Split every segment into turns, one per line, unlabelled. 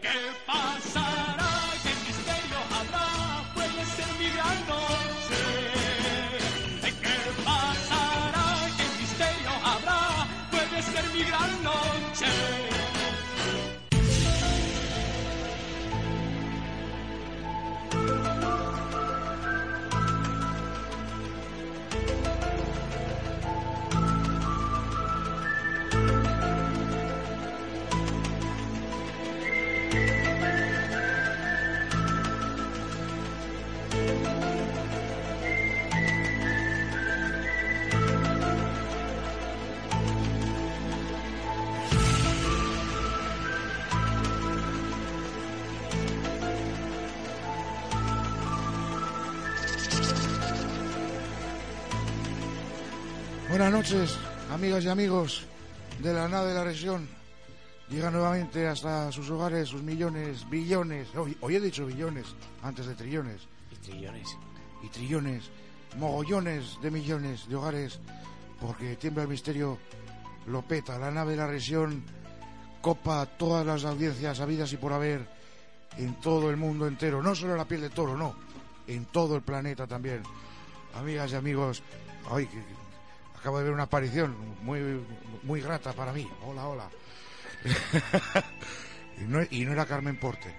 ¿Qué pasará? ¿Qué misterio habrá? Puede ser mi gran noche. ¿Qué pasará? ¿Qué misterio habrá? Puede ser mi gran noche.
Buenas noches, amigas y amigos de la nave de la región. Llega nuevamente hasta sus hogares, sus millones, billones. Hoy, hoy he dicho billones antes de trillones.
Y trillones.
Y trillones, mogollones de millones de hogares, porque tiembla el misterio, lo peta. La nave de la región copa todas las audiencias habidas y por haber en todo el mundo entero. No solo en la piel de toro, no. En todo el planeta también. Amigas y amigos, ay, que- que- acabo de ver una aparición muy, muy grata para mí. Hola, hola. y, no, y no era Carmen Porte.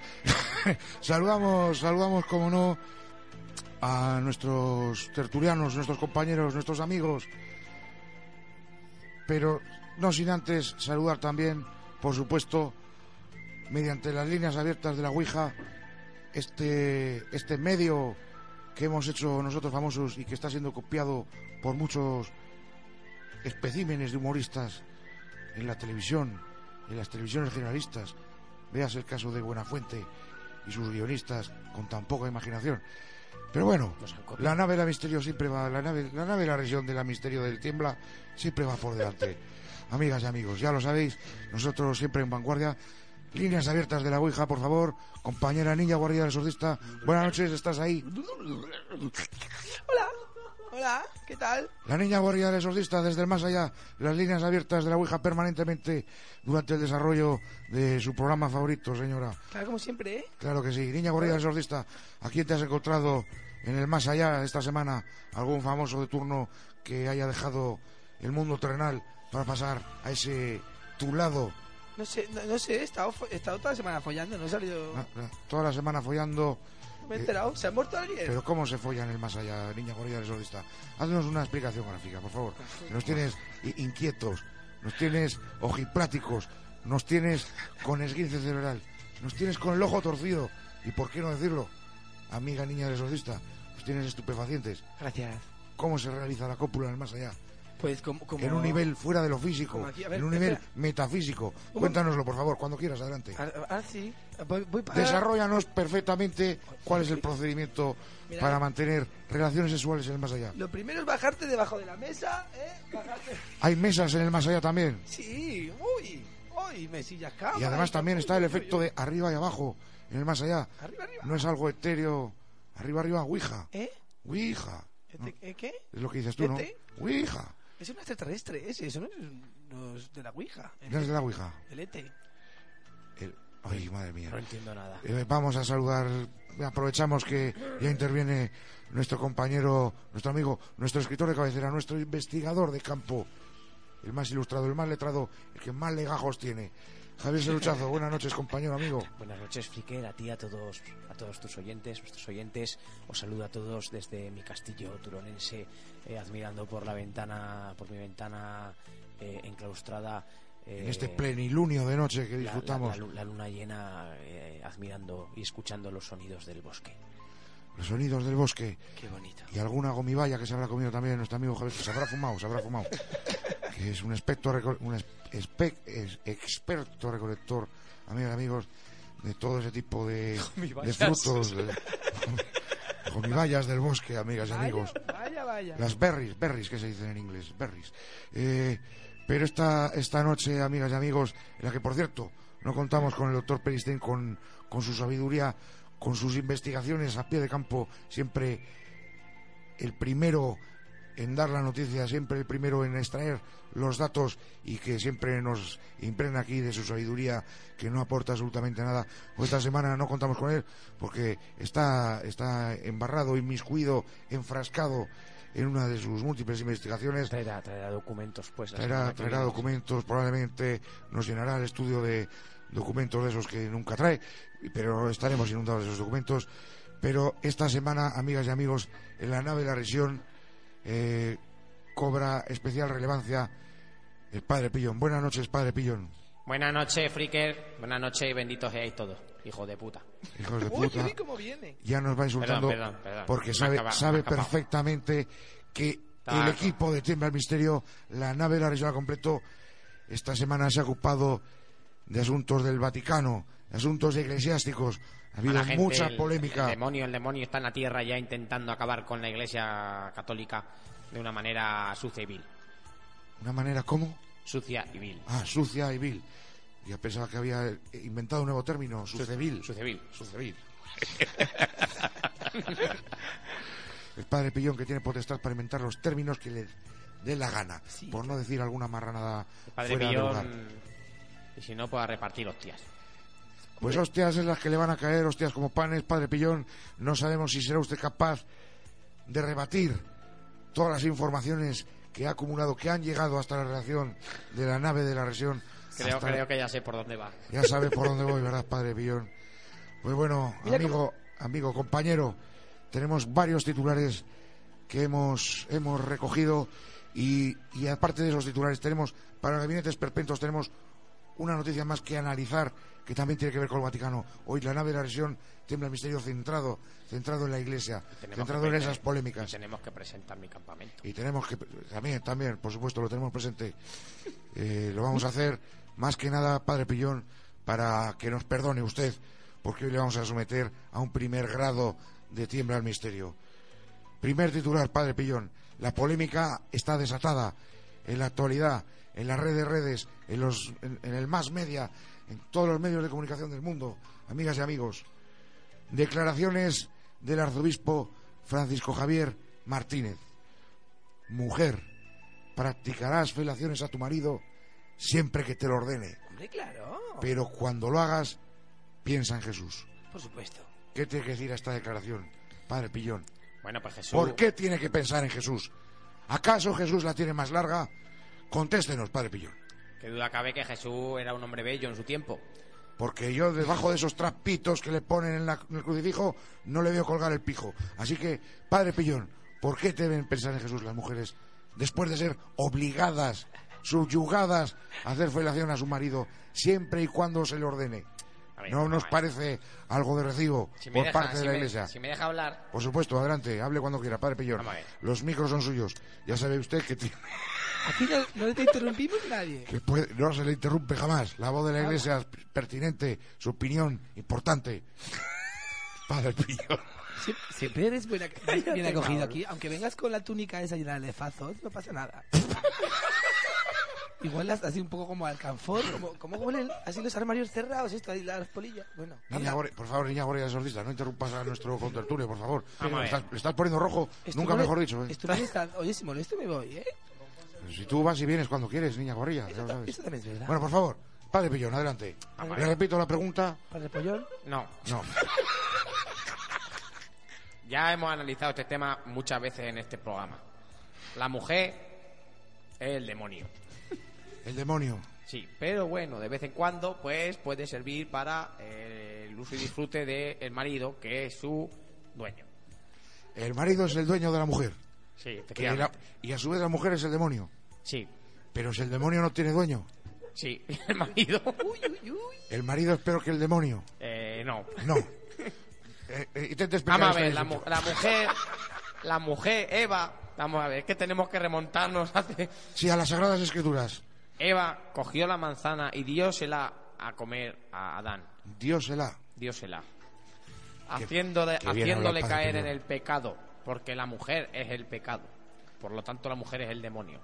saludamos, saludamos, como no, a nuestros tertulianos, nuestros compañeros, nuestros amigos. Pero no sin antes saludar también, por supuesto, mediante las líneas abiertas de la Ouija, este, este medio que hemos hecho nosotros famosos y que está siendo copiado por muchos especímenes de humoristas en la televisión, en las televisiones generalistas. Veas el caso de Buenafuente y sus guionistas con tan poca imaginación. Pero bueno,
Nos han copiado.
la nave de la misterio siempre va, la nave, la nave de la región de la misterio del tiembla siempre va por delante. Amigas y amigos, ya lo sabéis, nosotros siempre en vanguardia. Líneas abiertas de la Ouija, por favor. Compañera niña guardia del sordista, buenas noches, ¿estás ahí?
Hola, ¿qué tal?
La niña guardia del exorcista desde el más allá, las líneas abiertas de la Ouija permanentemente durante el desarrollo de su programa favorito, señora.
Claro, como siempre, ¿eh?
Claro que sí. Niña guardia del exorcista, ¿a quién te has encontrado en el más allá esta semana? ¿Algún famoso de turno que haya dejado el mundo terrenal para pasar a ese tu lado?
No sé, no, no sé, he estado, fo- he estado toda la semana follando, no he salido...
Ah, ah, Toda la semana follando.
me he
eh,
enterado, ¿se ha muerto alguien?
Pero ¿cómo se folla en el más allá, niña guardia del exorcista? Haznos una explicación gráfica, por favor.
Pues
Nos tienes i- inquietos, nos tienes ojipláticos, nos tienes con esguince cerebral, nos tienes con el ojo torcido. ¿Y por qué no decirlo? Amiga niña del exorcista, nos tienes estupefacientes.
Gracias.
¿Cómo se realiza la cópula en el más allá?
Pues como... como-
En un nivel fuera de lo físico,
Como aquí, a ver,
en un nivel
espera.
metafísico. Cuéntanoslo, por favor, cuando quieras, adelante.
Ahora, ahora Ah, sí, voy, voy para...
Desarrollanos perfectamente cuál es el procedimiento
Mira. eh.
para mantener relaciones sexuales en el más allá.
Lo primero es bajarte debajo de la mesa, ¿eh? Bajarte...
Hay mesas en el más allá también.
Sí, uy, uy, mesillas cama.
Y además también está el efecto
de...
de arriba y abajo en el más allá.
Arriba, arriba.
No es algo etéreo. Arriba, arriba, Ouija.
¿Eh?
Ouija.
Este- ¿eh, ¿Qué?
Es lo que dices tú, ¿no?
¿Este?
Ouija.
Es un extraterrestre ese, eso no es, no es E de la Ouija. El,
No es de la Ouija.
el ET.
El- Ay, madre mía.
No entiendo nada.
Eh, vamos a saludar. Aprovechamos que ya interviene nuestro compañero, nuestro amigo, nuestro escritor de cabecera, nuestro investigador de campo, el más ilustrado, el más letrado, el que más legajos tiene. Javier Seruchazo, buenas noches, compañero, amigo.
Buenas noches, Flicker, a ti, a todos, a todos tus oyentes, nuestros oyentes. Os saludo a todos desde mi castillo turonense, eh, admirando por la ventana, por mi ventana eh, enclaustrada. eh,
En este plenilunio de noche que
la- la-
disfrutamos.
La, lu- la luna llena, eh, admirando y escuchando los sonidos del bosque.
Los sonidos del bosque
Qué bonito.
pues y alguna gomibaya que se habrá comido también nuestro amigo Javier. Se habrá fumado, se habrá fumado. que es un, espectro reco- un es- espe- es- experto recolector, amigos amigos, de todo ese tipo de,
mi
de
vallas.
frutos, de, con mi vallas del bosque, amigas y amigos.
Vaya, vaya.
Las berries, berries que se dicen en inglés, berries. Eh, pero esta, esta noche, amigas y amigos, en la que por cierto no contamos con el doctor Peristein, con, con su sabiduría, con sus investigaciones a pie de campo, siempre el primero en dar la noticia, siempre el primero en extraer los datos y que siempre nos impregna aquí de su sabiduría que no aporta absolutamente nada. Pues esta semana no contamos con él porque está, está embarrado, inmiscuido, enfrascado en una de sus múltiples investigaciones.
Traerá, traerá documentos, pues. la
Traerá,
semana que
traerá
viene.
documentos, probablemente nos llenará el estudio de documentos de esos que nunca trae, pero estaremos inundados de esos documentos. Pero esta semana, amigas y amigos, en la nave de la región eh, cobra especial relevancia el Padre Pillón. Buenas noches, Padre Pillón.
Buenas noches, Freaker. Buenas noches y benditos seáis todos, hijos de puta.
Hijos de
Uy,
puta.
uy, cómo viene.
Ya nos va insultando
Perdón, perdón, perdón.
porque
Me
sabe,
acaba- me
sabe
acaba.
perfectamente que el
Taco.
equipo de Tiembla al Misterio, la nave de la región al completo, esta semana se ha ocupado de asuntos del Vaticano, de asuntos eclesiásticos. Ha habido
A la gente,
mucha
el-
polémica.
El demonio, el demonio está en la tierra ya intentando acabar con la iglesia católica de una manera sucia y vil.
Una manera como
Sucia y vil.
ah, sucia y vil. Ya pensaba que había eh, inventado un nuevo término, sucevil.
Sucia y vil.
Sucevil. El padre Pillón que tiene potestad para inventar los términos que le dé la gana, por no decir alguna marranada
El padre
fuera de lugar.
Pillón. Y si no, pues a repartir hostias.
Pues hostias es las que le van a caer, hostias como panes, padre Pillón. No sabemos si será usted capaz de rebatir todas las informaciones que ha acumulado, que han llegado hasta la relación de la nave de la región.
Creo,
Hasta-
creo que ya sé por dónde va.
Ya sabe por dónde voy, ¿verdad, padre Pillón? Pues bueno, amigo, amigo, compañero, tenemos varios titulares que hemos, hemos recogido y, y aparte de esos titulares tenemos, para gabinetes perpentos, tenemos una noticia más que analizar que también tiene que ver con el Vaticano. Hoy la nave de la región tiembla el misterio centrado, centrado en la Iglesia,
Tenemos ¿eh?
centrado
que
en
pre-
esas
y
polémicas.
Tenemos que presentar mi campamento.
Y tenemos que, también, también, por supuesto, lo tenemos presente. Eh, lo vamos a hacer, más que nada, Padre Pillón, para que nos perdone usted, porque hoy le vamos a someter a un primer grado de tiembla al misterio. Primer titular, Padre Pillón. La polémica está desatada en la actualidad, en las redes redes, en, los, en- en el más media, en todos los medios de comunicación del mundo, amigas y amigos. Declaraciones del arzobispo Francisco Javier Martínez. Mujer, practicarás felaciones a tu marido siempre que te lo ordene,
Hombre, claro.
pero cuando lo hagas, piensa en Jesús.
Por supuesto.
¿Qué tiene que decir a esta declaración, Padre Pillón?
Bueno, pues Jesús.
¿Por qué tiene que pensar en Jesús? ¿Acaso Jesús la tiene más larga? Contéstenos, Padre Pillón.
Qué duda cabe que Jesús era un hombre bello en su tiempo.
Porque yo debajo de esos trapitos que le ponen en, la- en el crucifijo no le veo colgar el pijo. Así que, Padre Pillón, ¿por qué deben pensar en Jesús las mujeres después de ser obligadas, subyugadas a hacer felación a su marido siempre y cuando se le ordene?
A ver,
¿No
vamos
nos
a ver.
parece algo de recibo
Si me
por
deja-
parte de
si
la
me-
Iglesia?
Si me deja hablar,
Por supuesto, adelante, hable cuando quiera, Padre Pillón.
Vamos a ver.
Los micros son suyos. Ya sabe usted que tiene...
Aquí no, no te interrumpimos nadie.
Que puede- no se le interrumpe jamás. La voz de
Ah,
la iglesia es pertinente, su opinión importante. Padre Pío.
Sie- Siempre eres buena, bien acogido aquí. Aunque vengas con la túnica esa llena de fazos, no pasa nada. Igual hasta así un poco como alcanfor, como, como huelen así los armarios cerrados, esto ahí las polillas. Bueno,
Niña Gore- por favor, niña Gore de Sordista, no interrumpas a nuestro contertulio, por favor.
Vamos a
Le
ver.
estás, le estás poniendo rojo,
estoy
nunca
mole-
mejor dicho. ¿eh?
estoy molestando. Oye, si molesto me voy, ¿eh?
Si tú vas y vienes cuando quieres, niña Gorilla, ya lo sabes.
Eso también es verdad.
Bueno, por favor, Padre Pillón, adelante.
Vamos a
Le
ver.
repito la pregunta.
Padre Pollón,
no.
No,
Ya hemos analizado este tema muchas veces en este programa. La mujer es el demonio.
el demonio.
Sí, pero bueno, de vez en cuando, pues puede servir para eh, el uso y disfrute del marido, que es su dueño.
El marido es el dueño de la mujer.
Sí,
que la-
efectivamente.
y a su vez la mujer es el demonio.
Sí,
Pero si el demonio no tiene dueño,
sí, el marido.
el marido es peor que el demonio.
Eh, no.
No. Eh, eh, intenta explicar
Vamos a
esta
ver, la,
distinción.
mu- la mujer, la mujer Eva Vamos a ver, es que tenemos que remontarnos hace...
Sí, a las Sagradas Escrituras.
Eva cogió la manzana y diósela a comer a Adán.
Dios se la.
Diósela. Haciéndole,
qué bien hablar,
haciéndole
padre
caer en
Pedro.
el pecado. Porque la mujer es el pecado. Por lo tanto, la mujer es el demonio.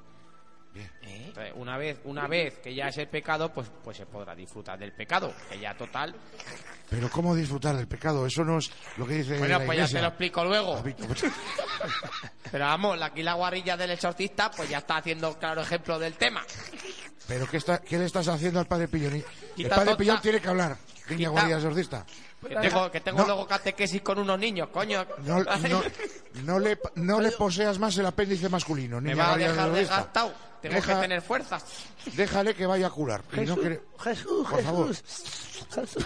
¿Eh? Entonces, una vez, una vez que ya es el pecado, pues, pues se podrá disfrutar del pecado. Que ya total.
Pero ¿cómo disfrutar del pecado? Eso no es lo que dice
Bueno,
la
pues ya
iglesia.
se lo explico luego.
Ah, Víctor, pues-
Pero vamos, aquí la guarrilla del exorcista, pues ya está haciendo claro ejemplo del tema.
¿Pero qué, está- qué le estás haciendo al padre Pillón? El
Quita
padre
tota.
Pillón tiene que hablar. Niña
Quita.
guardia exorcista.
Que tengo, que tengo
No.
luego catequesis con unos niños, coño.
No, no, no le, no le poseas más el apéndice masculino.
Me
Niña
va a
guardia
dejar
exorcista.
desgastado. Tengo
Deja-
que tener fuerzas.
Déjale que vaya a curar. Y no
Jesús,
cre-
Jesús,
Por favor.
Jesús, Jesús.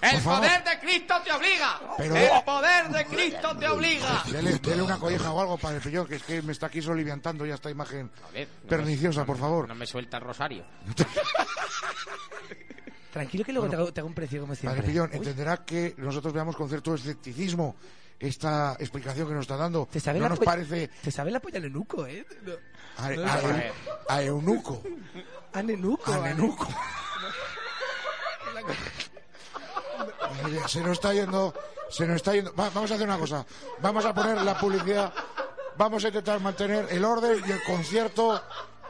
El
favor.
poder de Cristo te obliga.
Pero-
El poder de Cristo te obliga.
Dele, dele una colleja o algo, padre Pillón, que es que me está aquí soliviantando ya esta imagen
A ver, no me-
perniciosa, por favor.
No me suelta el rosario.
Tranquilo que luego te, hago, te hago un precio como siempre.
Padre Pillón, entenderá que nosotros veamos con cierto escepticismo esta explicación que nos está dando.
Te sabe
no
la
nos
polla-
parece
Te sabe la polla nenuco, ¿eh? No.
a,
No,
a-
no,
a-
ver.
a eunuco.
A nenuco.
A
a
nenuco. Oye, Se nos está yendo, se nos está yendo. Va- vamos a hacer una cosa. Vamos a poner la publicidad. Vamos a intentar mantener el orden y el concierto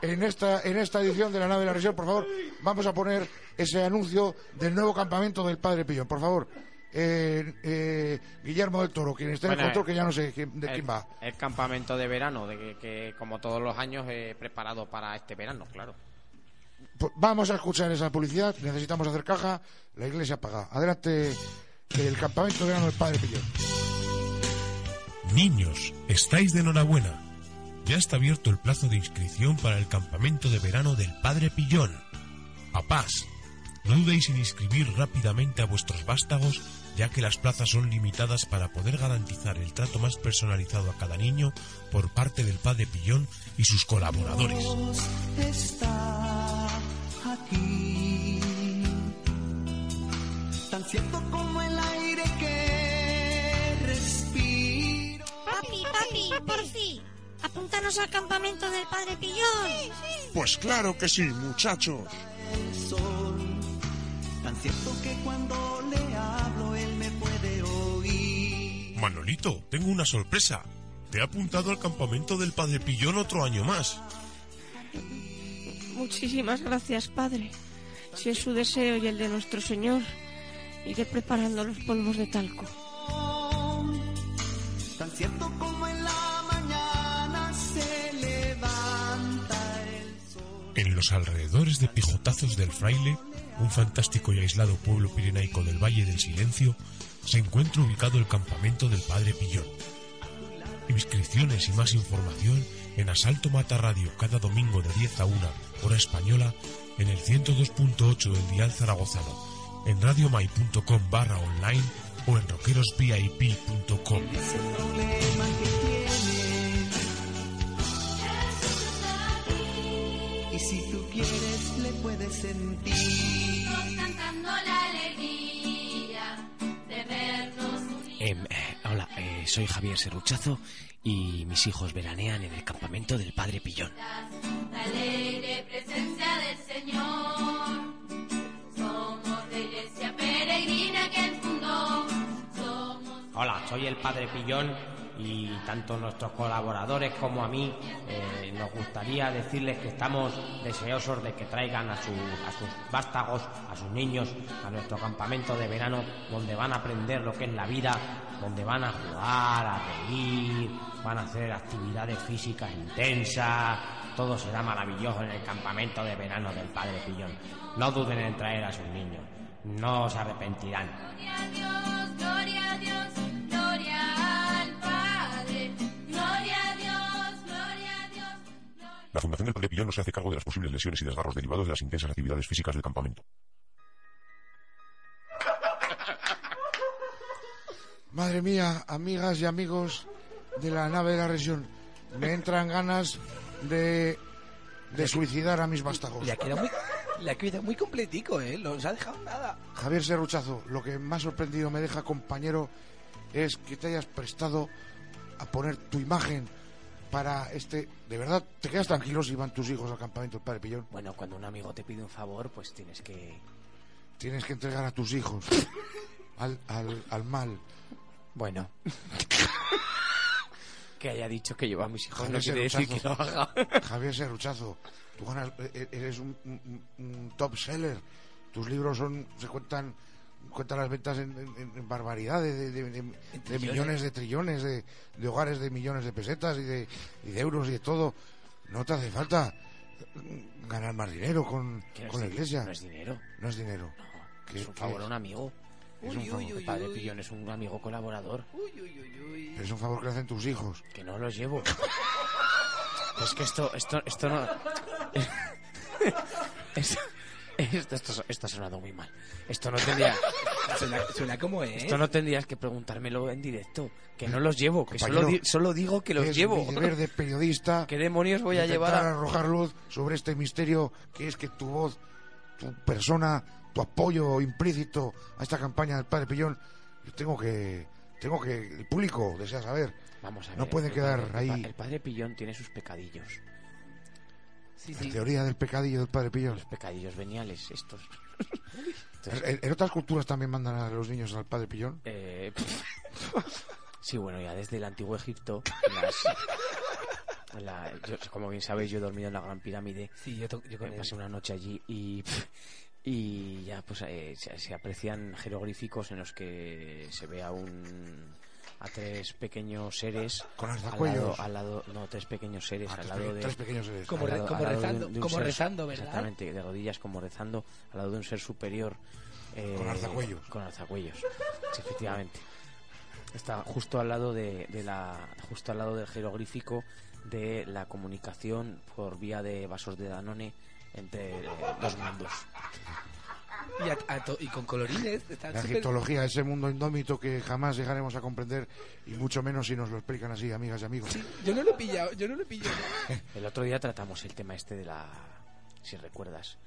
en esta, en esta edición de la nave de la región. Por favor, vamos a poner ese anuncio del nuevo campamento del Padre Pillón. Por favor, Eh, eh, Guillermo del Toro, quien esté en el
Bueno,
control,
eh,
que ya no sé quién- de quién
el,
va.
el campamento de verano, de que, que como todos los años he preparado para este verano, claro.
Pues vamos a escuchar esa publicidad. Necesitamos hacer caja. La iglesia paga. Adelante, el campamento de verano del Padre Pillón.
Niños, estáis de enhorabuena. Ya está abierto el plazo de inscripción para el campamento de verano del Padre Pillón. Papás, no dudéis en inscribir rápidamente a vuestros vástagos, ya que las plazas son limitadas para poder garantizar el trato más personalizado a cada niño por parte del Padre Pillón y sus colaboradores.
está aquí. Tan cierto como el aire que respiro.
Papi, papi, por fin. Apúntanos al campamento del padre Pillón.
Pues claro que sí, muchachos.
el sol. Tan cierto que cuando le hablo él me puede oír.
Manolito, tengo una sorpresa. Te he apuntado al campamento del Padre Pillón otro año más.
Muchísimas gracias, padre. Si es su deseo y el de nuestro Señor, iré preparando los polvos de talco.
Tan cierto como en la mañana se levanta el sol.
En los alrededores de Pijotazos del Fraile, un fantástico y aislado pueblo pirenaico del Valle del Silencio, se encuentra ubicado el campamento del Padre Pillón. Inscripciones y más información en Asalto Mata Radio cada domingo de 10 a 1, hora española, en el 102.8 del Dial Zaragozano, en radiomai.com barra online o en rockerosvip.com.
Y si tú quieres le puedes sentir.
Em, eh, hola, eh, soy Javier Serruchazo y mis hijos veranean en el campamento del Padre Pillón.
Hola, soy el Padre Pillón y tanto nuestros colaboradores como a mí eh, nos gustaría decirles que estamos deseosos de que traigan a, su- a sus vástagos, a sus niños, a nuestro campamento de verano donde van a aprender lo que es la vida, donde van a jugar, a reír, van a hacer actividades físicas intensas, todo será maravilloso en el campamento de verano del Padre Pillón. No duden en traer a sus niños, no se arrepentirán.
La Fundación del Padre Pillón no se hace cargo de las posibles lesiones y desgarros derivados de las intensas actividades físicas del campamento.
Madre mía, amigas y amigos de la nave de la región, me entran ganas de, de suicidar a mis vástagos.
Le ha quedado muy, le ha quedado muy completico, ¿eh? No nos ha dejado nada.
Javier Serruchazo, lo que más sorprendido me deja, compañero, es que te hayas prestado a poner tu imagen para este... De verdad, ¿te quedas tranquilo si van tus hijos al campamento del Padre Pillón?
Bueno, cuando un amigo te pide un favor, pues tienes que...
Tienes que entregar a tus hijos al, al, al mal.
Bueno. que haya dicho que lleva a mis hijos no
Javier
quiere decir que lo
Serruchazo.
haga.
Javier Serruchazo, tú ganas- e- eres un, un- un top seller. Tus libros son se cuentan cuentan las ventas en, en- en barbaridades de, de- de- de
trillones.
millones de trillones, de, de hogares de millones de pesetas y de, y de euros y de todo. No te hace falta mm, ganar más dinero con,
Que no
con la
es di-
iglesia.
no es dinero.
No es dinero. ¿Qué-
Es un
qué
favor
es?
a un amigo.
Es un favor.
El padre Pillón es un amigo colaborador.
Es un favor que le hacen tus hijos.
Que no los llevo. Es que esto, esto, esto no. esto, esto, esto- esto ha sonado muy mal. Esto no tendría.
Suena- suena como es.
Esto no tendrías que preguntármelo en directo. Que no los llevo. Que
Compañero,
solo, di- solo digo que los
es
llevo.
Mi deber de periodista.
¿Qué demonios voy a
intentar
llevar? a-
arrojar luz sobre este misterio que es que tu voz, tu persona, tu apoyo implícito a esta campaña del Padre Pillón, yo tengo que, tengo que, el público desea saber.
Vamos a
No
ver,
puede
el
quedar
padre- el
ahí
pa- El padre Pillón tiene sus pecadillos.
la teoría del pecadillo del Padre Pillón.
Los pecadillos veniales, estos. Entonces,
En, en otras culturas también mandan a los niños al Padre Pillón.
Eh, sí, bueno, ya desde el antiguo Egipto. las- la- yo- como bien sabéis, yo he dormido en la Gran Pirámide.
Sí, yo to- yo con
Me
él.
pasé una noche allí y. Y ya pues eh, se, se aprecian jeroglíficos en los que se ve a un a tres pequeños seres
Con
al lado,
alzacuellos.
al lado no tres pequeños seres
Ah,
al
tres
lado
peque-
de
tres pequeños seres.
al
Como re-
lado-
como
al lado de
rezando-
un- de un
como
ser-
rezando, ¿verdad?
exactamente de rodillas como rezando al lado de un ser superior eh,
Con alzacuellos.
con alzacuellos sí, efectivamente está justo al lado de, de la justo al lado del jeroglífico de la comunicación por vía de vasos de Danone entre eh, dos mundos
Y, a- a to- y con colorines. Está
La
súper-
egiptología, ese mundo indómito que jamás llegaremos a comprender y mucho menos si nos lo explican así, amigas y amigos.
Yo no lo he pillado, yo no lo he pillado.
El otro día tratamos el tema este de la, si recuerdas,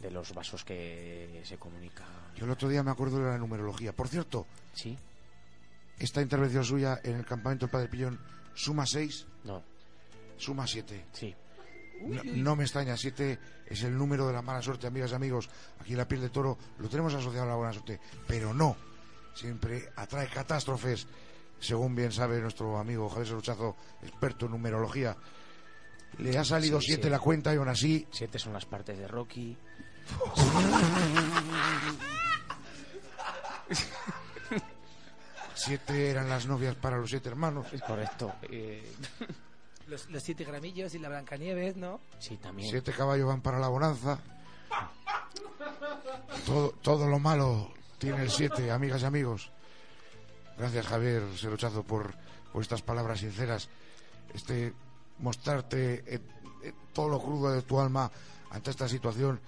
de los vasos que se comunican.
Yo el otro día me acuerdo de la numerología. Por cierto,
¿Sí?
esta intervención suya en el campamento del Padre Pillón suma 6,
No,
suma 7.
sí.
No, no me extraña, 7 es el número de la mala suerte, amigas y amigos. Aquí en la piel de toro lo tenemos asociado a la buena suerte, pero no. Siempre atrae catástrofes, según bien sabe nuestro amigo Javier Soruchazo, experto en numerología. Le ha salido
Sí,
7
sí.
la cuenta y aún así
Siete son las partes de Rocky.
siete eran las novias para los siete hermanos.
Es correcto. eh,
Los, los siete gramillos y la Blancanieves, ¿no?
sí, también.
Siete caballos van para la bonanza. Todo, todo lo malo tiene el siete, amigas y amigos. Gracias, Javier Serochazo, por, por estas palabras sinceras. Este mostrarte eh, eh, todo lo crudo de tu alma ante esta situación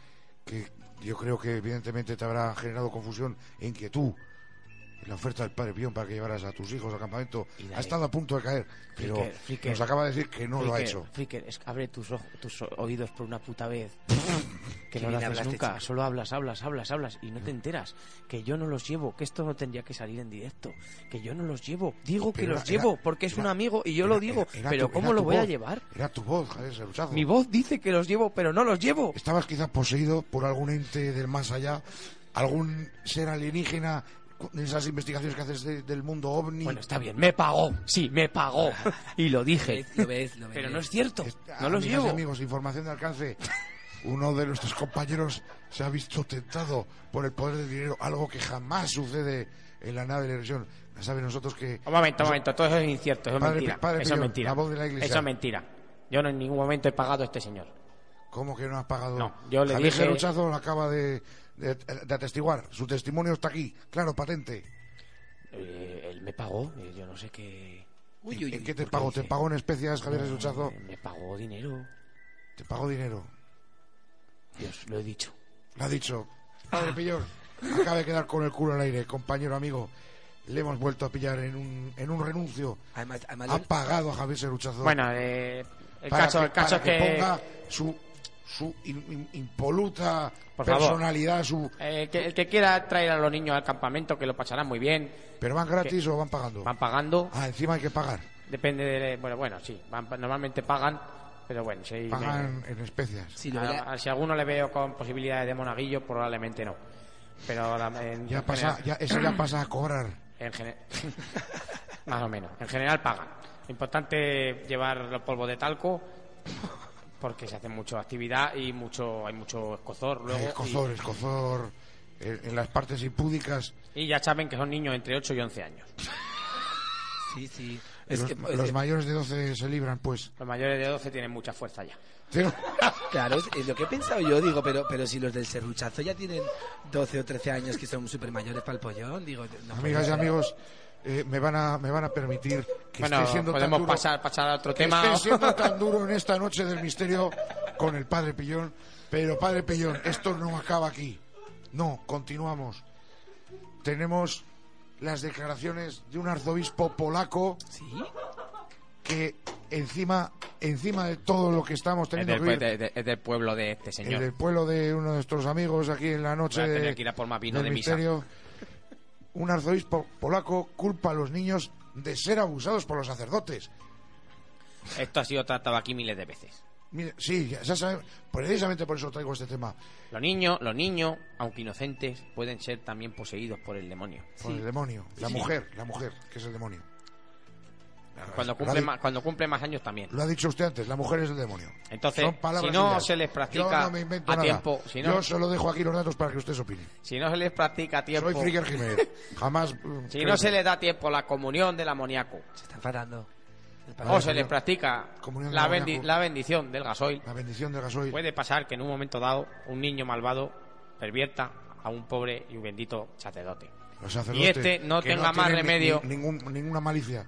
que yo creo que evidentemente te habrá generado confusión e inquietud. La oferta del padre Pion para que llevaras a tus hijos al campamento
Y dale.
ha estado a punto de caer, pero
Flicker, Flicker.
nos acaba de decir que no lo ha
Flicker,
hecho.
Flicker, es- abre tus, ojo- tus o- oídos por una puta vez. que
Qué
no lo
bien
haces
hablaste,
nunca.
chico.
Solo hablas, hablas, hablas, hablas. Y no te enteras. Que yo no los llevo. Que esto no tendría que salir en directo. Que yo no los llevo. Digo que
Pero
los
era-
llevo
era-
porque es un
era-
amigo y yo
era-
lo digo.
era- era
pero
tu-
¿cómo
era
lo
tu
voy a
voz.
llevar?
Era tu voz, Javier Serruchazo.
Mi voz dice que los llevo, pero no los llevo.
Estabas quizás poseído por algún ente del más allá, algún ser alienígena, cu- de esas investigaciones que haces de- del mundo ovni.
Bueno, está bien, me pagó. Sí, me pagó. Y lo dije.
Lo ves, lo ves.
Pero no es cierto.
Es- ah,
No los
amigas y
llevo.
amigos, información de alcance. Uno de nuestros compañeros se ha visto tentado por el poder del dinero, algo que jamás sucede en la nave de la elección. Ya saben nosotros que...
Ah,
Un momento, un momento, todo eso es incierto, eso es
Padre Pi-
mentira.
Padre
eso es
Pío,
mentira.
la voz de la iglesia.
Eso es mentira. Yo no en ningún momento he pagado a este señor.
¿Cómo que no has pagado?
No, yo le
Javier
dije-
Serruchazo lo acaba de- de- de atestiguar. Su testimonio está aquí, claro, patente.
Eh, él me pagó, eh, yo no sé qué.
Uy, uy,
¿En
uy.
qué te
¿por qué
pago?
dice?
¿Te pago en especias, Javier
No,
Serruchazo?
Eh,
Me pagó dinero.
Te pago dinero.
Dios, lo he dicho.
Lo ha dicho. Padre Pillón, acaba de quedar con el culo al aire, compañero amigo. Le hemos vuelto a pillar en un, en un renuncio.
Además, además
Ha pagado a Javier Serruchazo.
Bueno, eh, el
para
caso,
que-
el caso es
para
que.
ponga su, su in- in- impoluta
Por favor.
personalidad, su...
eh, que- el que quiera traer a los niños al campamento, que lo pasará muy bien.
¿Pero van gratis o van pagando?
Van pagando.
Ah, encima hay que pagar.
Depende de. Bueno, bueno, sí. van- normalmente pagan, pero bueno, si, me-
Pagan en especias.
a- a- si alguno le veo con posibilidades de monaguillo, probablemente no. Pero la- en,
Ya
en
pasa,
general-
ya, eso ya pasa a cobrar.
En gene- Más o menos. En general pagan. Importante llevar los polvos de talco porque se hace mucha actividad y mucho hay mucho escozor luego. y-
Escozor, escozor. En, en las partes impúdicas,
Y, ya saben que son niños entre 8 y 11 años.
Sí, sí.
los, los mayores de 12 se libran, pues.
Los mayores de 12 tienen mucha fuerza ya.
Claro, es, es lo que he pensado yo, digo, pero, pero si los del serruchazo ya tienen 12 o 13 años que son súper mayores para el pollón, digo,
Ah,
no
Amigas y
puede ser.
amigos, eh, me, van a, me van a permitir que
bueno,
esté siendo tan
podemos
duro,
pasar, pasar a otro
que
tema.
esté siendo tan duro en esta noche del misterio con el padre Pillón. Pero padre Pillón, esto no acaba aquí. No, continuamos. Tenemos las declaraciones de un arzobispo polaco que encima, encima de todo lo que estamos
Es
teniendo
del,
que
pue-
vivir,
de- de- es del pueblo de este señor.
en el pueblo de uno de nuestros amigos aquí en la noche
Voy a
de-
tener que ir a por más vino
del
de misa.
misterio. Un arzobispo polaco culpa a los niños de ser abusados por los sacerdotes.
Esto ha sido tratado aquí miles de veces.
Mire, sí, ya, ya sabe- precisamente por eso traigo este tema.
Los niños, los niños, aunque inocentes, pueden ser también poseídos por el demonio.
Por el demonio. La
Sí.
mujer, la mujer, que es el demonio. Lo
Cuando
ha
cumple
di-
más, cuando cumple más años también.
Ah, Lo ha dicho usted antes, la mujer es el demonio.
Entonces,
Son palabras
si no
suyas.
se les practica
Yo no me invento
a
nada.
tiempo, si no-
Yo solo dejo aquí los datos para que ustedes opinen.
Si no se les practica a tiempo.
Soy Fricker Jiménez. Jamás. mm,
Si
creo
no
que-
se les da tiempo la comunión del amoníaco.
Se está enfadando.
O se les practica
Comunión
la,
del
bendi-
amoníaco. Ah,
la bendición del gasoil.
La bendición del gasoil.
Puede pasar que en un momento dado un niño malvado pervierta a un pobre y un bendito sacerdote.
Los sacerdotes,
y este no
que
tenga más
tienen ni-
remedio.
ni- ningún- ninguna malicia.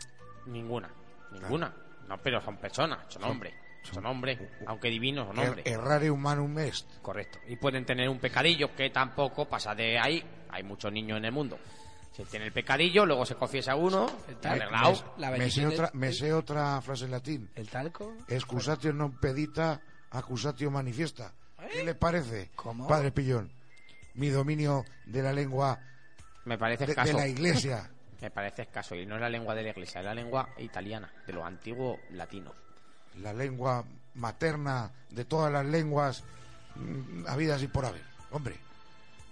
Ninguna, ninguna. No, pero son personas, son hombres. Son hombres, aunque divinos, son hombres.
Er- errare humanum est.
Correcto. Y pueden tener un pecadillo que tampoco pasa de ahí. Hay muchos niños en el mundo. Se tiene el pecadillo, luego se confiesa uno, y
Eh,
arreglado.
Me, me sé otra, me sé otra frase en latín.
¿El talco?
Excusatio non pedita, accusatio manifiesta. ¿Qué le parece, padre Pillón? Mi dominio de la lengua
Me
de,
parece
de
escaso.
la iglesia.
Me parece escaso. Y no es la lengua de la iglesia, es la lengua italiana, de los antiguos latinos.
la lengua materna de todas las lenguas mm, habidas y por haber. Hombre,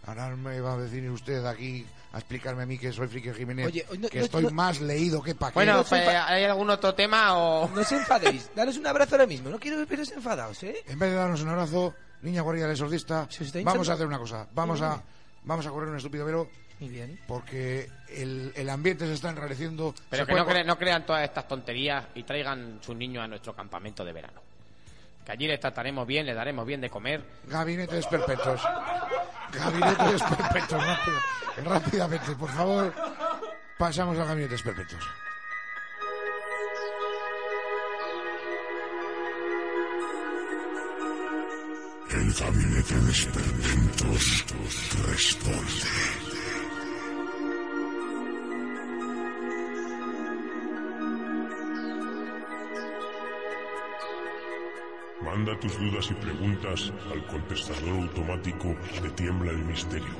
ahora me va a decir usted aquí a explicarme a mí que soy Frique Jiménez,
Oye, hoy no-
que
no-
estoy
no-
más leído que pa' qué.
Bueno, pues, ¿hay algún otro tema o...?
No se enfadéis, daros un abrazo ahora mismo, no quiero veros enfadados, ¿eh?
En vez de darnos un abrazo, niña guardia del exorcista,
está
vamos
hinchando.
a hacer una cosa. Vamos a, vamos a correr un estúpido velo
Muy bien.
porque el, el ambiente se está enrareciendo.
Pero
Se
que
puede
no, cre-
por-
no crean todas estas tonterías y traigan sus niños a nuestro campamento de verano. Que allí les trataremos bien, les daremos bien de comer.
Gabinetes perpetuos. Gabinetes perpetuos, rápido. rápidamente, por favor. Pasamos a gabinetes perpetuos.
El gabinete de experimentos responde.
Manda tus dudas y preguntas al contestador automático de Tiembla el Misterio.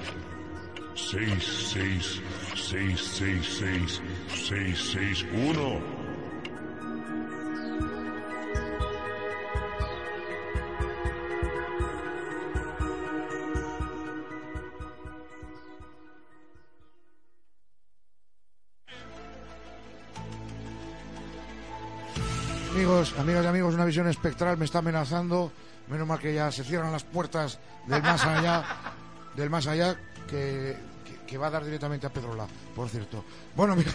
666666661.
Amigos, amigas y amigos, una visión espectral me está amenazando. Menos mal que ya se cierran las puertas del más allá, del más allá, que, que- que va a dar directamente a Pedrola, por cierto. Bueno, amigos,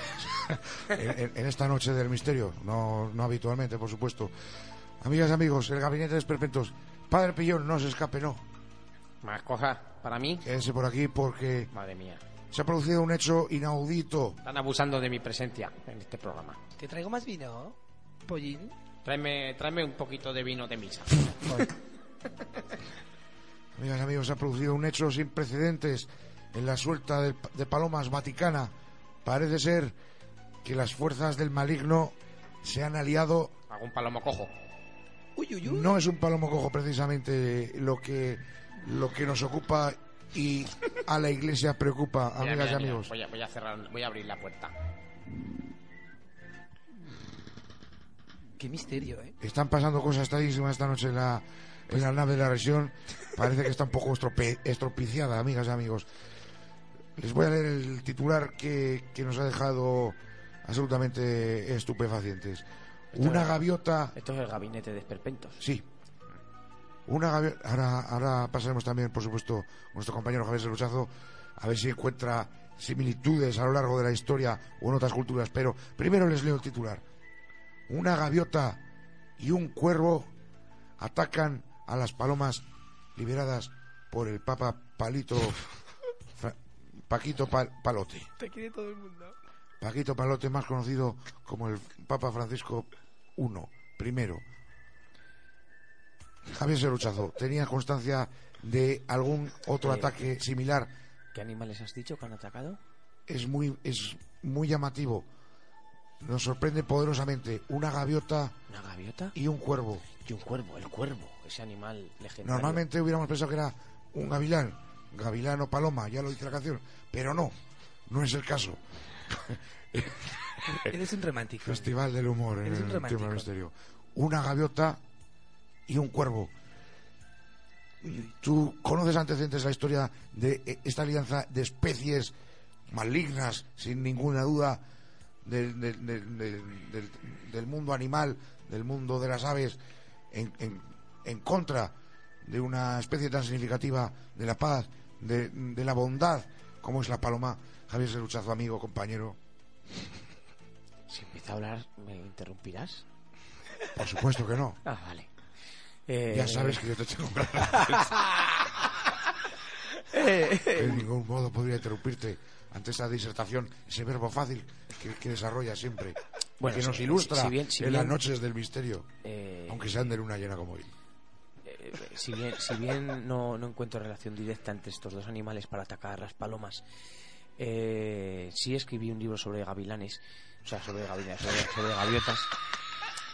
en, en- en esta noche del misterio, no, no habitualmente, por supuesto. Amigas y amigos, el gabinete de esperpentos. Padre Pillón, no se escape, no.
Más cosas para mí.
Quédense por aquí porque
Madre mía.
se ha producido un hecho inaudito.
Están abusando de mi presencia en este programa.
¿Te traigo más vino, pollín?
Tráeme, tráeme un poquito de vino de misa.
Amigas y amigos, se ha producido un hecho sin precedentes en la suelta del- de, Palomas Vaticana. Parece ser que las fuerzas del maligno se han aliado.
Algún palomo cojo.
No es un palomo cojo precisamente lo que, lo que nos ocupa y a la iglesia preocupa,
Mira,
amigas
mira,
y
mira.
amigos.
Voy a, voy a cerrar, voy a abrir la puerta.
Qué misterio, ¿eh?
Están pasando cosas extrañísimas esta noche en la, en la nave de la región. Parece que está un poco estrope- estropiciada, amigas y amigos. Les voy a leer el titular que, que nos ha dejado absolutamente estupefacientes.
Esto
Una
es-
gaviota
Esto es el gabinete de esperpentos.
Sí. Una gavi- ahora, ahora pasaremos también, por supuesto, con nuestro compañero Javier Serruchazo, a ver si encuentra similitudes a lo largo de la historia o en otras culturas. Pero primero les leo el titular. Una gaviota y un cuervo atacan a las palomas liberadas por el Papa Palito Fra- Paquito Pal- Palote.
Te quiere todo el mundo.
Paquito Palote, más conocido como el Papa Francisco I, primero. Javier Seruchazo, ¿tenía constancia de algún otro
Eh,
ataque similar?
¿Qué animales has dicho que han atacado?
Es muy, es muy llamativo. Nos sorprende poderosamente una gaviota
¿Una gaviota?
y un cuervo.
Y un cuervo, el cuervo, ese animal legendario.
Normalmente hubiéramos pensado que era un gavilán, gavilán o paloma, ya lo dice la canción, pero no, no es el caso.
Eres un romántico.
Festival del humor en
Eres un
el
romántico.
Tiempo del Misterio. Una gaviota y un cuervo. ¿Tú conoces antecedentes de la historia de eh, esta alianza de especies malignas, sin ninguna duda, del, del- del- del- del- del mundo animal, del mundo de las aves, en, en- en contra de una especie tan significativa de la paz, de, de la bondad, como es la paloma? Javier Seruchazo, amigo, compañero.
Si empiezo a hablar, ¿me interrumpirás?
Por supuesto que no.
Ah, vale. Eh,
Ya sabes que yo te tengo
Eh.
De ningún modo podría interrumpirte ante esta disertación, ese verbo fácil que, que desarrolla siempre,
Bueno,
que nos
si-
ilustra
si bien- si
en
bien-
las noches del misterio,
Eh,
aunque sean de luna llena como hoy.
Eh, si bien, si bien no, no encuentro relación directa entre estos dos animales para atacar las palomas, eh, sí escribí un libro sobre gavilanes, o sea, sobre gavilanes, sobre, sobre gaviotas,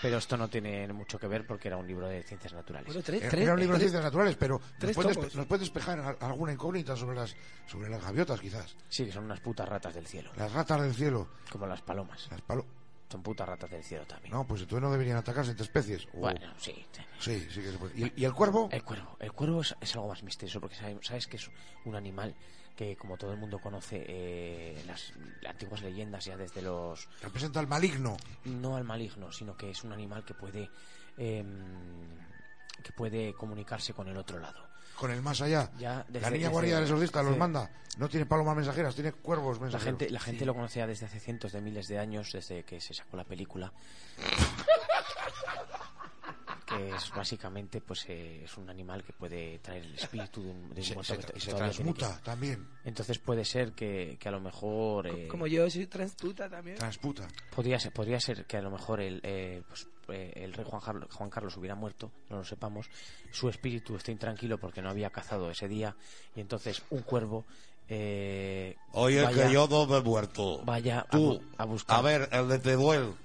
pero esto no tiene mucho que ver porque era un libro de ciencias naturales.
Bueno, tres,
Era-
tres,
Era un libro de
tres-
ciencias naturales, pero nos
tres
puedes,
tomos.
nos puedes despejar a- alguna incógnita sobre las, sobre las gaviotas, quizás.
Sí, que son unas putas ratas del cielo,
Las ratas del cielo,
como las palomas,
las palo-
son putas ratas del cielo también.
No, pues entonces no deberían atacarse entre especies. O-
Bueno, sí.
Sí, sí que se puede. ¿Y, y el cuervo?
El cuervo. El cuervo es, es algo más misterioso porque sabe- sabes, que es un animal que, como todo el mundo conoce, eh, las antiguas leyendas ya desde los
Representa al maligno.
no al maligno, sino que es un animal que puede em, que puede comunicarse con el otro lado.
Con el más allá.
Ya desde-
la niña
desde-
guardia de exorcista los
desde-
manda. No tiene palomas mensajeras, tiene cuervos
La
mensajeros.
gente, la gente lo conocía desde hace cientos de miles de años, desde que se sacó la película. que es básicamente pues eh, es un animal que puede traer el espíritu de un, de un
se,
muerto
se-
que to-
se
todavía tiene que-
transmuta también.
Entonces puede ser que, que a lo mejor eh,
Como yo soy transputa también.
Transputa.
Podría ser, podría ser que a lo mejor el, eh, pues, eh, el rey Juan, Jarl- Juan Carlos hubiera muerto, no lo sepamos, su espíritu está intranquilo porque no había cazado ese día y entonces un cuervo eh,
Oye,
vaya,
que yo no me he muerto.
vaya a
Tú,
bu- a buscar.
a ver, el de Teruel,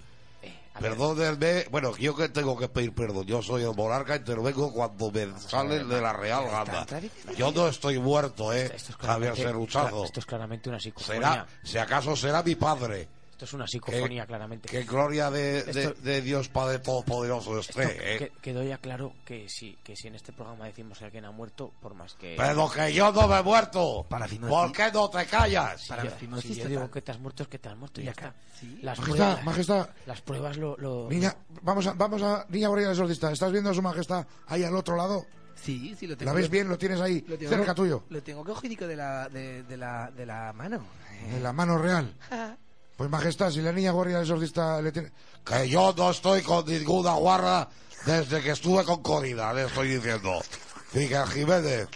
eh, a ver,
perdónenme. Bueno, yo que tengo que pedir perdón. Yo soy el monarca, intervengo cuando me salen de la Real Gama. Yo no estoy muerto, ¿eh?
esto es
Javier
claramente-
Serruchazo.
Esto es claramente una psicofonía.
Será, si acaso será mi padre.
Esto es una psicofonía, claramente.
Que gloria de, de-
Esto-
de Dios Padre Todopoderoso esté,
Esto que-
¿eh?
que, que doy a claro que si, que si en este programa decimos que alguien ha muerto, por más que...
Pero que yo no me he muerto.
Para si no-
¿Por qué no te callas?
Para
Ya,
los fines
si yo digo que te has muerto es que te has muerto y ya está.
sí.
Las
Majestad,
pruebas,
majestad.
Las pruebas lo... lo-
Niña, vamos a, vamos a, niña guardia del solista, ¿estás viendo a su majestad ahí al otro lado?
Sí, sí, lo tengo.
¿La ves bien? ¿Lo tienes ahí
Lo tengo-
cerca tuyo?
Lo tengo cogidico de la, de, de la, de la mano.
En la mano real. Pues majestad, si la niña guardia del solista le tiene...
Que yo no estoy con ninguna guarda desde que estuve con Corina, le estoy diciendo. Miguel Jiménez,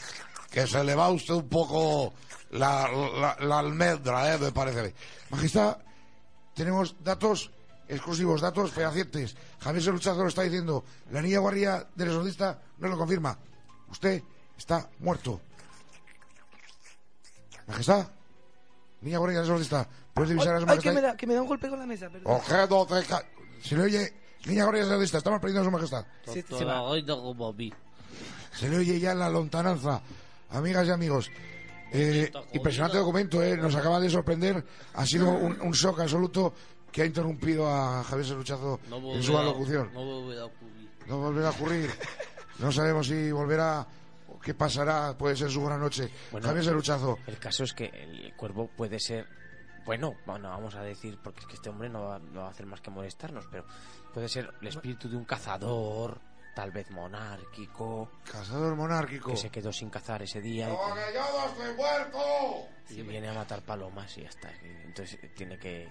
que se le va usted un poco la, la, la almendra, ¿eh? me parece. a mí.
Majestad, tenemos datos exclusivos, datos fehacientes. Javier Seruchazo lo está diciendo. La niña guardia del solista no lo confirma. Usted está muerto. Majestad, niña guardia del solista, ¿puedes divisar a su
Ay, ay,
majestad?
que, me da, que me da un golpe con la mesa, perdón.
¿Por qué no te ca-
Se le oye, niña guardia del solista, estamos perdiendo a su majestad.
Se, se va.
Se le oye ya en la lontananza. Amigas y amigos, eh, impresionante documento, eh, nos acaba de sorprender. Ha sido un, un shock absoluto que ha interrumpido a Javier Serruchazo
No
en su
volverá-
alocución.
No volverá a ocurrir.
No volverá a ocurrir. No sabemos si volverá o qué pasará. Puede ser su gran noche. Javier Serruchazo.
El caso es que el cuervo puede ser. Bueno, bueno, vamos a decir, porque es que este hombre no va, no va a hacer más que molestarnos, pero puede ser el espíritu de un cazador, tal vez monárquico.
Cazador monárquico.
Que se quedó sin cazar ese día. y-
¡Porque yo no estoy muerto!
Y viene a matar palomas y ya está. Entonces eh, tiene que.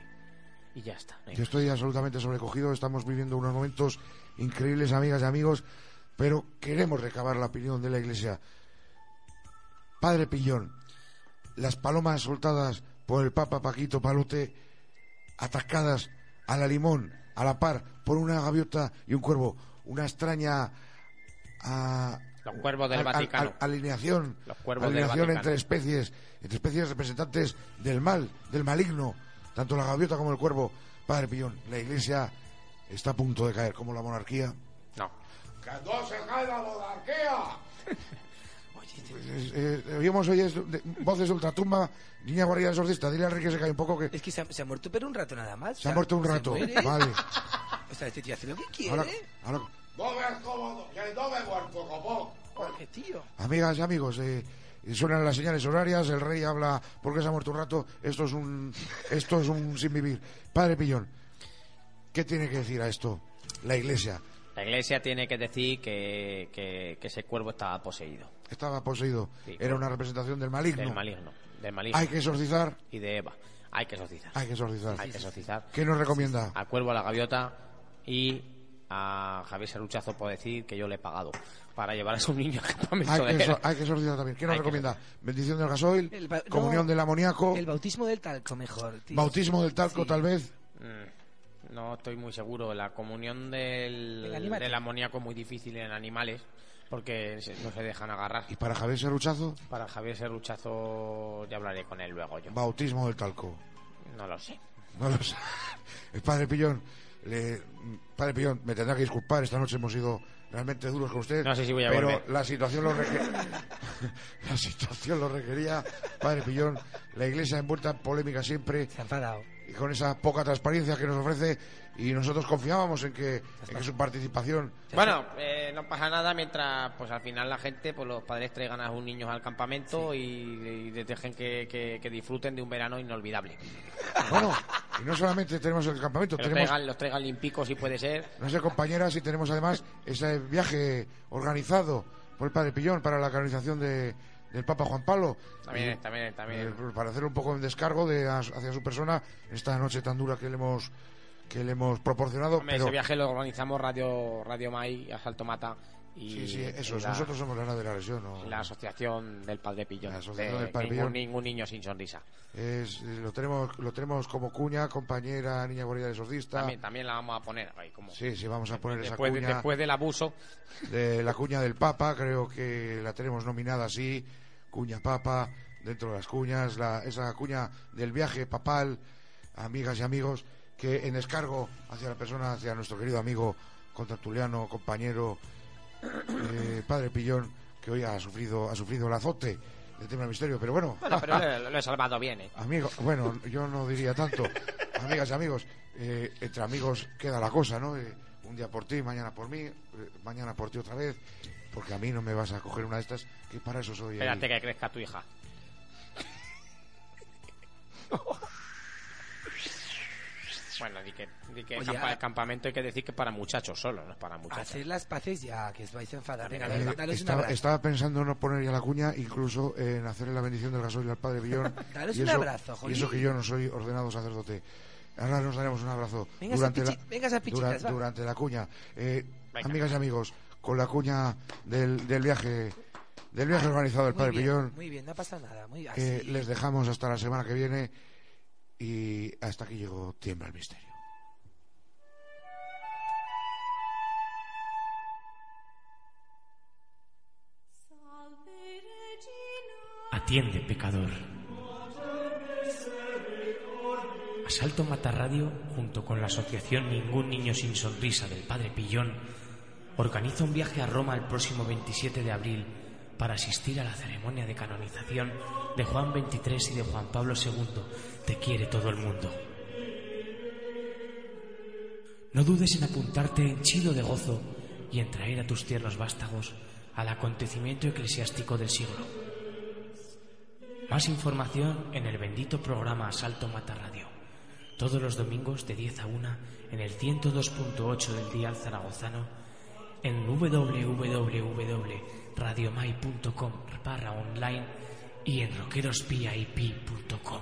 Y ya está. no hay
Yo estoy absolutamente sobrecogido. Estamos viviendo unos momentos increíbles, amigas y amigos, pero queremos recabar la opinión de la Iglesia. Padre Pillón, las palomas soltadas por el Papa Paquito Palote, atacadas a la limón, a la par, por una gaviota y un cuervo, una extraña ah,
Los cuervos del
al- al-
Vaticano.
al- alineación,
Los cuervos del
alineación
Vaticano.
entre especies, entre especies representantes del mal, del maligno, tanto la gaviota como el cuervo. Padre Pillón, la iglesia está a punto de caer, como la monarquía.
No.
¡Que no se cae la monarquía!
Eh, eh, oímos hoy es de- voces de ultratumba, niña guarida sordista. Dile a Enrique que se cae un poco que
Es que se ha, se ha muerto, pero un rato nada más.
se ha muerto un rato.
muere.
Vale.
O sea, este tío hace lo que quiere.
Ahora- ahora
¡No ves cómo! ¡Que no me he muerto, copón!
Porque, tío.
Amigas y amigos, eh, suenan las señales horarias, el rey habla porque se ha muerto un rato, esto es un esto es un sin vivir. Padre Pillón, ¿qué tiene que decir a esto la iglesia?
La iglesia tiene que decir que, que- que ese cuervo estaba poseído.
Estaba poseído,
Sí.
era una representación del maligno.
Del maligno. Del maligno.
Hay que exorcizar.
Y de Eva. Hay que exorcizar.
Hay que exorcizar.
Hay que exorcizar.
¿Qué nos recomienda?
A Cuervo a la Gaviota y a Javier Saruchazo por decir que yo le he pagado para llevar a su niño al campamento
Hay
de
que,
él.
exor- hay que exorcizar también. ¿Qué nos
Hay que
recomienda? Bendición del gasoil,
El ba-
comunión
no,
del amoníaco,
El bautismo del talco, mejor. tío.
bautismo del talco
Sí.
tal vez.
Mm, No estoy muy seguro. La comunión del,
El animal.
del amoníaco es muy difícil en animales porque se- no se dejan agarrar.
Y para Javier Serruchazo,
Para Javier Serruchazo ya hablaré con él luego yo.
bautismo del talco.
No lo sé.
No lo sé. El padre Pillón, le- padre Pillón, me tendrá que disculpar. Esta noche hemos sido realmente duros con usted.
No sé si voy a
Pero
volver.
la situación lo requería. la situación lo requería, padre Pillón. La iglesia envuelta en polémica siempre.
Se ha enfadado.
Y con esa poca transparencia que nos ofrece. Y nosotros confiábamos en que, en que su participación.
Bueno, eh, no pasa nada mientras, pues al final la gente, pues los padres traigan a sus niños al campamento y, y les dejen que, que- que disfruten de un verano inolvidable.
Bueno, y no solamente tenemos el campamento,
Que los
tenemos.
traigan, los traigan limpicos si puede ser.
No sé, compañeras, si tenemos además ese viaje organizado por el Padre Pillón para la canonización de, del Papa Juan Pablo.
También,
Y,
también, también.
eh, para hacer un poco un descargo de, as- hacia su persona esta noche tan dura que le hemos que le hemos proporcionado.
Hombre,
pero
Ese viaje lo organizamos Radio Radio Mai a Salto Mata y
sí, sí, eso
en
es.
la-
Nosotros somos la nada de la lesión. ¿no?
la asociación del Padre Pillón.
La asociación
de
del Padre Pillón.
ningún, ningún niño sin sonrisa.
Es- eh, lo tenemos lo tenemos como cuña, compañera, niña guarida de sordista.
También, también la vamos a poner ahí como
Sí, sí, vamos a poner
después,
esa
de-
cuña.
después del abuso.
de la cuña del Papa, creo que la tenemos nominada así, cuña Papa, dentro de las cuñas, la, esa cuña del viaje papal, amigas y amigos, que en descargo hacia la persona, hacia nuestro querido amigo contertuliano, compañero, eh, padre Pillón, que hoy ha sufrido, ha sufrido el azote del tema del misterio, pero bueno,
Bueno, pero lo, lo he salvado bien, ¿eh?
Amigo, bueno, yo no diría tanto. Amigas y amigos, eh, entre amigos queda la cosa, ¿no? Eh, un día por ti, mañana por mí, eh, mañana por ti otra vez, porque a mí no me vas a coger una de estas, que para eso soy... el-
Espérate que crezca tu hija. bueno, di que, di que
Oye,
campa-
a-
el campamento hay que decir que para muchachos solo, no es para muchachos.
Hacer las paces ya, que os vais a enfadar. Venga,
Eh,
dale, dale un
estaba,
abrazo.
estaba pensando en no poner ya la cuña, incluso en hacerle la bendición del gasoil al padre Billón.
Daros
y
un
eso-
abrazo,
Y
jolín.
eso que yo no soy ordenado sacerdote. Ahora nos daremos un abrazo
Venga,
durante,
esas pichi-
la,
venga, esas pichitas,
dura-
va.
durante la cuña. Eh, amigas y amigos, con la cuña del, del viaje del viaje organizado del
Muy
padre
bien,
Pillón,
Muy bien, no ha pasado nada. Muy, así.
eh, les dejamos hasta la semana que viene y hasta aquí llegó Tiembla el Misterio.
Atiende, pecador. Asalto Mata Radio, junto con la asociación Ningún Niño Sin Sonrisa del Padre Pillón, organiza un viaje a Roma el próximo 27 de abril para asistir a la ceremonia de canonización de Juan XXIII y de Juan Pablo II. Te quiere todo el mundo.
No dudes en apuntarte chido de gozo y en traer a tus tiernos vástagos al acontecimiento eclesiástico del siglo. Más información en el bendito programa Asalto Mata Radio, todos los domingos de 10 a 1 en el 102.8 del Dial Zaragozano, en www.radiomai.com barra online y en rockerospip.com.